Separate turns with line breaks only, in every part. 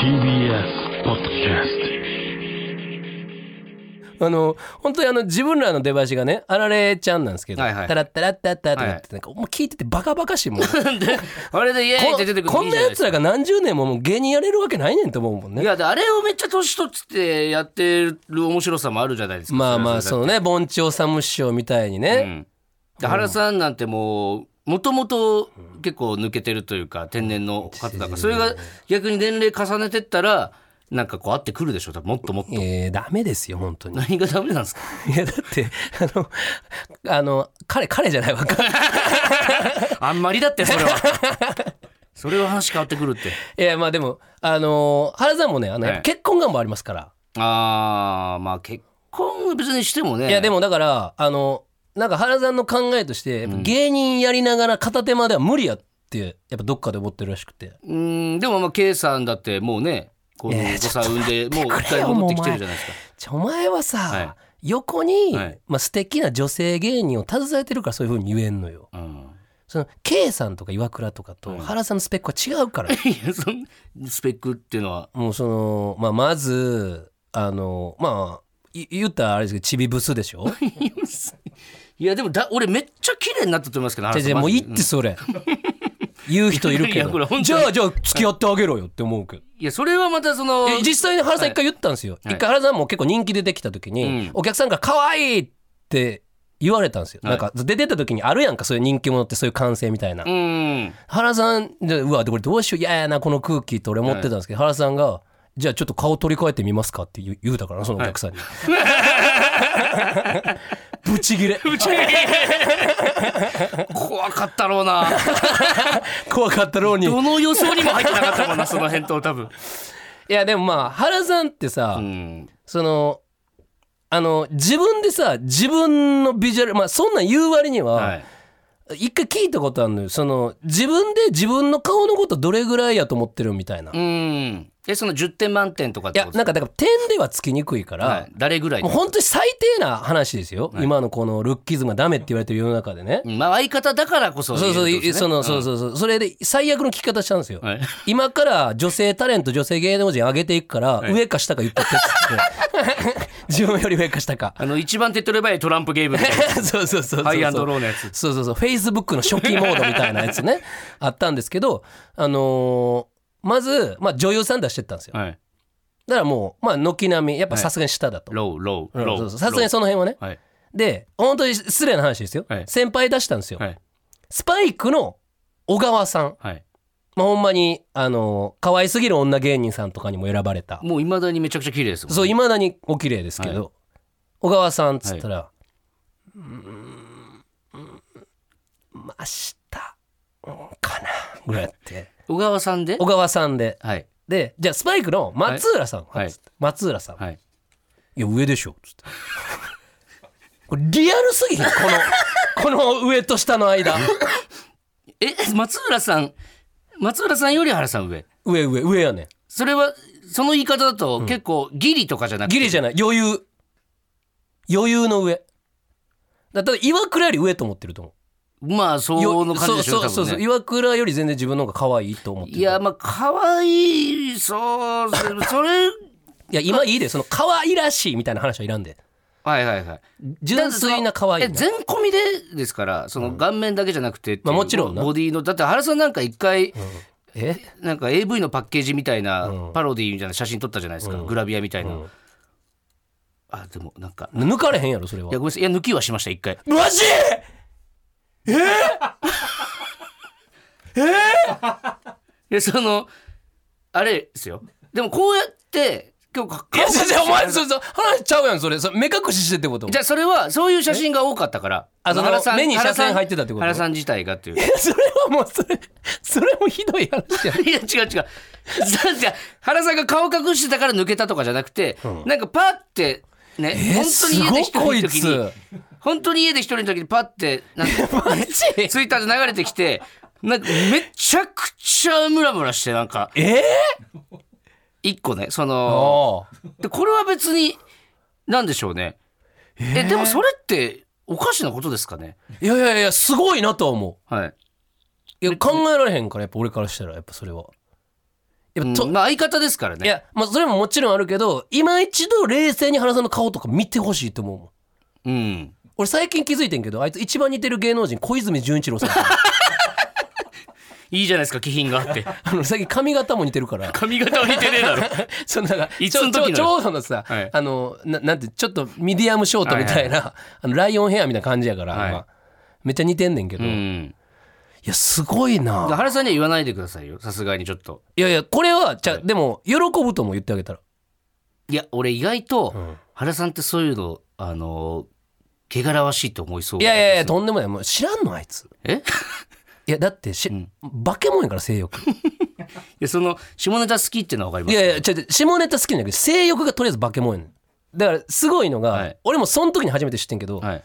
TBS ポッドキャス
あの本当にあの自分らの出囃子がねあられちゃんなんですけど「
はいはい
タラッタラッタッタ」とかってなんかもう聞いててバカバカしい もん
あれでイエーイって出てくる
こんこんなやつら
が
が何十年ももう芸人やれるわけないねんと思うもん
い
ね
やであれをめっちゃ年取ってやってる面白さもあるじゃないですか
まあまあそ
れ
のね盆地治師匠みたいに
はだって
ね、
うんで原さんなんてもうもともと結構抜けてるというか天然の方だからそれが逆に年齢重ねてったらなんかこう合ってくるでしょ多分もっともっと
えー、ダメですよ本当に
何がダメなんですか
いやだってあのあの彼彼じゃないわ
あんまりだってそれは それは話変わってくるって
いやまあでもあの原さんもねあの、
はい
結婚願望ありますから
あーまあ結婚別にしてもね
いやで
も
もだからあのなんか原さんの考えとしてやっぱ芸人やりながら片手間では無理やってやっぱどっかで思ってるらしくて。
うんでもまあ K さんだってもうねこのお
ねえ
子さん産んでもう一
くれ
回
よ
戻ってきてるじゃないですか
ちょお前はさ、
は
横に、
はい
まあ、素敵な女性芸人を携えてるからそういう風に言えんのよ。
うん
その K さんとか岩倉とかと
うん
原さんのスペックは違う から、
いやそんスペックっていうのは
もうその、まあ、まずあのまあい言ったらあれですけどちびブスでし ょ
いやでもだ俺めっちゃ綺麗になったと思いますけど
じゃあじゃあもういいって それ、言う人いる
い
け
やこれ本当
ど
に
じゃあじゃあ付き合ってあげろよって思うけど。
いやそれはまたその
え実際に原さん一回言ったんですよ、
はい
一回原さんも結構人気出てきた時に、
うん
お客さんから「可愛いって言われたんですよ、
はい
なんか出てった時にあるやんかそういう人気者ってそういう感性みたいな、
うん
原さんでうわでこれどうしよう嫌やなこの空気って俺思ってたんですけど、原さんが「じゃあちょっと顔取り替えてみますか」って言う言うたからなそのお客さんに、ブチギ レ
怖かったろうな
怖かったろうに
どの予想にも入ってなかったも んなその返答多分
いやでもまあ原さんってさ、
うん
そのあの自分でさ自分のビジュアルまあそんなん言う割には、
はい
一回聞いたことあるのよその自分で自分の顔のことどれぐらいやと思ってるみたいな、
う
い
んえその10点満点とかって
や
こと
なん
か
かだから点ではつきにくいから、
はい、誰ぐらい
もう本当に最低な話ですよ、
はい
今のこのルッキズムがダメって言われてる世の中でね、
うんまあ相方だからこそ
そうそう、
言えるって
その
ことですね
そうそうそうそれで最悪の聞き方したんですよ、
うんはい
今から女性タレント女性芸能人上げていくから、
い
上か下か言ってってっつ って自分より上か下か
あの一番手っ取り早いトランプゲ ームみたいな
そうそうそうそう
ハイアンドローのやつ
そうそうそう、フェイスブックの初期モードみたいなやつ ね、あったんですけど、あのーまず、まあ女優さん出してったんですよ。だ
はい
からもう、まあ軒並み、やっぱさすがに下だと。
ローロ
う
ー
ん
ロ
そう
ー
そうさすがにその辺はね。
はい
で、本当に失礼な話ですよ。
はい
先輩出したんですよ。
はい
スパイクの小川さん。
はい
まあほんまに、あのー可愛すぎる女芸人さんとかにも選ばれた。
もういまだにめちゃくちゃ綺麗ですもん
そう、いまだにお綺麗ですけど、小川さんっつったら、うーん、うーんまあ明日かな、ぐらいやって。
小川さんで
小川さんで。
はい
で、じゃあスパイクの松浦さん。
はいはい
松浦さん。
はい
いや、上でしょ。つって。これリアルすぎひんこの、この上と下の間。
え松浦さん松浦さんより原さん上
上上、上やねん。
それはその言い方だと結構ギリとかじゃなくて
ギリじゃない。余裕。余裕の上。だただ岩倉より上と思ってると思う。
まあそうの感じでしょ
よそうそうそう
多分
そう
ね
岩倉より全然自分の方が可愛いと思ってる
いやまあ可愛いそうそれ
いや今いいでその可愛らしいみたいな話はいらんで
はいはいはい
純粋な可愛い
え
みたい
全込みでですからその顔面だけじゃなくてっていう
まあもちろんな
ボディのだって原さんなんか一
な
回
え
なんか AV のパッケージみたいな
うん
パロディみたいな写真撮ったじゃないですか、グラビアみたいな、あでもなんかい
抜かれへんやろそれは
やごめんなさいいや抜きはしました一回
マジ
でそのあれですよでもこうやって今日
いや、
顔
先生、お前、それ、それ話ちゃうやん、それ、それ目隠ししてってこと。
じゃあそれはそういう写真が多かったから
あその
原さん
目に
原さ
斜
ん
線入ってたってこと
原さん自体がっていう い
いやそれはもう、それ、それもひどい話やん。
や違う違うそうじゃあ原さんが顔隠してたから抜けたとかじゃなくて、なんかパッてね、本当に家で一人の時
すごいこ
に本当に家で一人の時にパッてな んか
マジ
ツイッターで流れてきてなんかめちゃくちゃムラムラしてなんか
ええ
一個ねその
ああ。
でこれは別になんでしょうねえでもそれっておかしなことですかね
いやいやいや、すごいなとは思。
はいう
いや、考えられへんから、やっぱ俺からしたら、やっぱそれは。やっぱと、
うんまあ相方ですから
い
ね
や、まあ、それももちろんあるけど今一度冷静に原さんの顔とか見てほしいと思うもん
うん
俺最近気づいてんけどあいつ一番似てる芸能人小泉純一郎さん
いいじゃないですか気品があって
あの最近髪型も似てるから
髪型は似てねえだろ
そのなんか
い
ち
つの
ょち
時
ょ
の
ちょうどのさ、
はい
あのななんてちょっとミディアムショートみたいな、 あのライオンヘアみたいな感じやから、
はい
まあめっちゃ似てんねんけど、
う
い
ん
やすごいな
原さんには言わないでくださいよさすがにちょっと
いやいやこれはじゃあでも喜ぶとも言ってあげたら、
いや俺意外と原さんってそういうのあの汚らわしいと思いそう
いやいやいや
と
とんでもないもう知らんのあいつ
え
いやだってし、
ん
バケモンやから性欲
いやその下ネタ好きってのは分かり
い
ます
やいやちょちょ下ネタ好きなんだけど性欲がとりあえずバケモンやねんだからすごいのが、
はい
俺もその時に初めて知ってんけど、
はい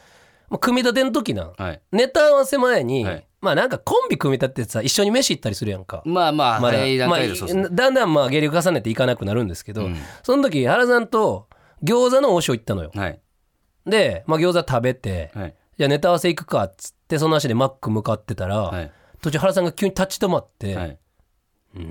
もう組み立ての時な、
はい
ネタ合わせ前に、
はい
まあなんかコンビ組み立ててさ一緒に飯行ったりするやんか、
まあまあ
まだ
早い段
まあ
階でそうですね
だんだんまあ下痢を重ねていかなくなるんですけど、
うん
その時原さんと餃子の王将行ったのよ
はい
で、まあ、餃子食べて、
はい
じゃあネタ合わせ行くかっつってその足でマック向かってたら、
はい
途中原さんが急に立ち止まって、
はい
って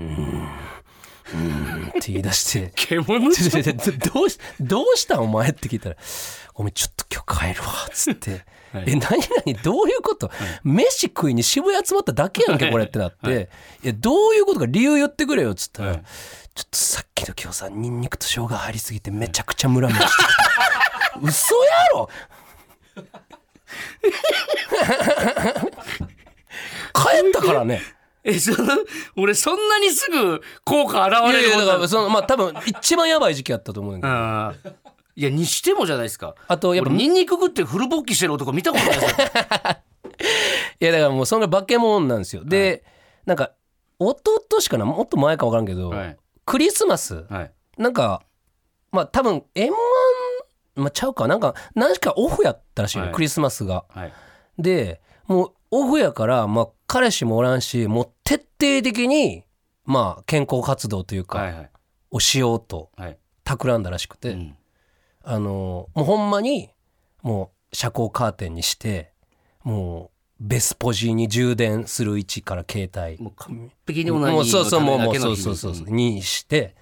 言い出して「
獣
ちょちょちょ どうしどうしたんお前?」って聞いたら「ごめんちょっと今日帰るわ」っつって「
はい
え何々どういうこと、飯食いに渋谷集まっただけやんけこれ」ってなって「いやどういうことか理由言ってくれよ」っつったら、
はい
ちょっとさっきの今日さニンニクと生姜入りすぎてめちゃくちゃムラムラしてき た嘘やろ帰ったからね
えその俺そんなにすぐ効果現
いや
れ
い
る
や
もん
だか
なの
らそのまあ多分一番やばい時期やったと思うんだけど
あーいやにしてもじゃないですか
あとやっぱ
俺ニンニク食ってフル勃起してる男見たことないです よ
いやだからもうそんな化け物なんですよ。で、なんか一昨年かなもっと前か分からんけど、
はい
クリスマス
はい
なんかまあ多分 M1 まあちゃうかなんか何しかオフやったらしいの、
はい
クリスマスが。
はい
でもうオフやからまあ彼氏もおらんしもう徹底的にまあ健康活動という
は
か
いはい
をしようと
はい
企んだらしくて、
うん
あのもうほんまにもう遮光カーテンにしてもうベスポジに充電する位置から携帯
もう完璧に同じ
もうそうそうもうもう
そ
そうそうそうそううにして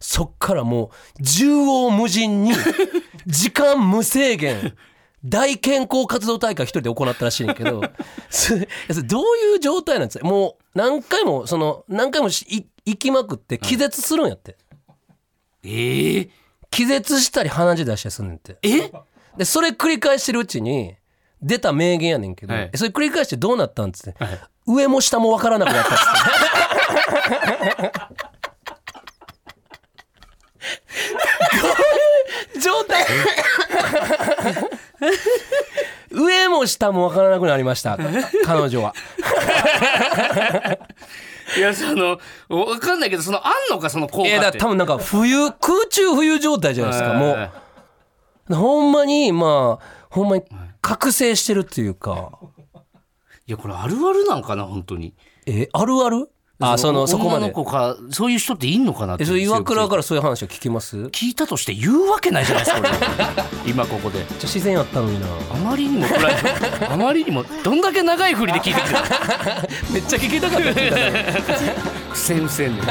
そっからもう縦横無 尽に時間無制限大健康活動大会一人で行ったらしいんやけ どそれそれどういう状態なんですかもう何回もその何回もしい行きまくって気絶するんやって、
ええ
気絶したり鼻血出したりすんねんって
え
でそれ繰り返してるうちに出た名言やねんけど、
はい
えそれ繰り返してどうなったんっつって、上も下も分からなくなったっつって。どういう状態上も下も分からなくなりました彼女 は。
いやそのわかんないけどそのあんのかその効果
い
って
やだから多分なんか冬空中浮遊状態じゃないですかもう。
は
ほんまにまあほんまに覚醒してるっていうか。
いいやこれあるあるなんかな本当に
えあるあるあそのそこま
女の
で
子かそういう人っていんのかなって
えそれ岩倉
ら
からそういう話を聞きます
聞いたとして言うわけないじゃないですか 俺今ここで
めっちゃ自然やったのにな
あまりにも暗いあまりにもどんだけ長 い振りで聞いてきた
めっちゃ聞きたかった
不戦不戦で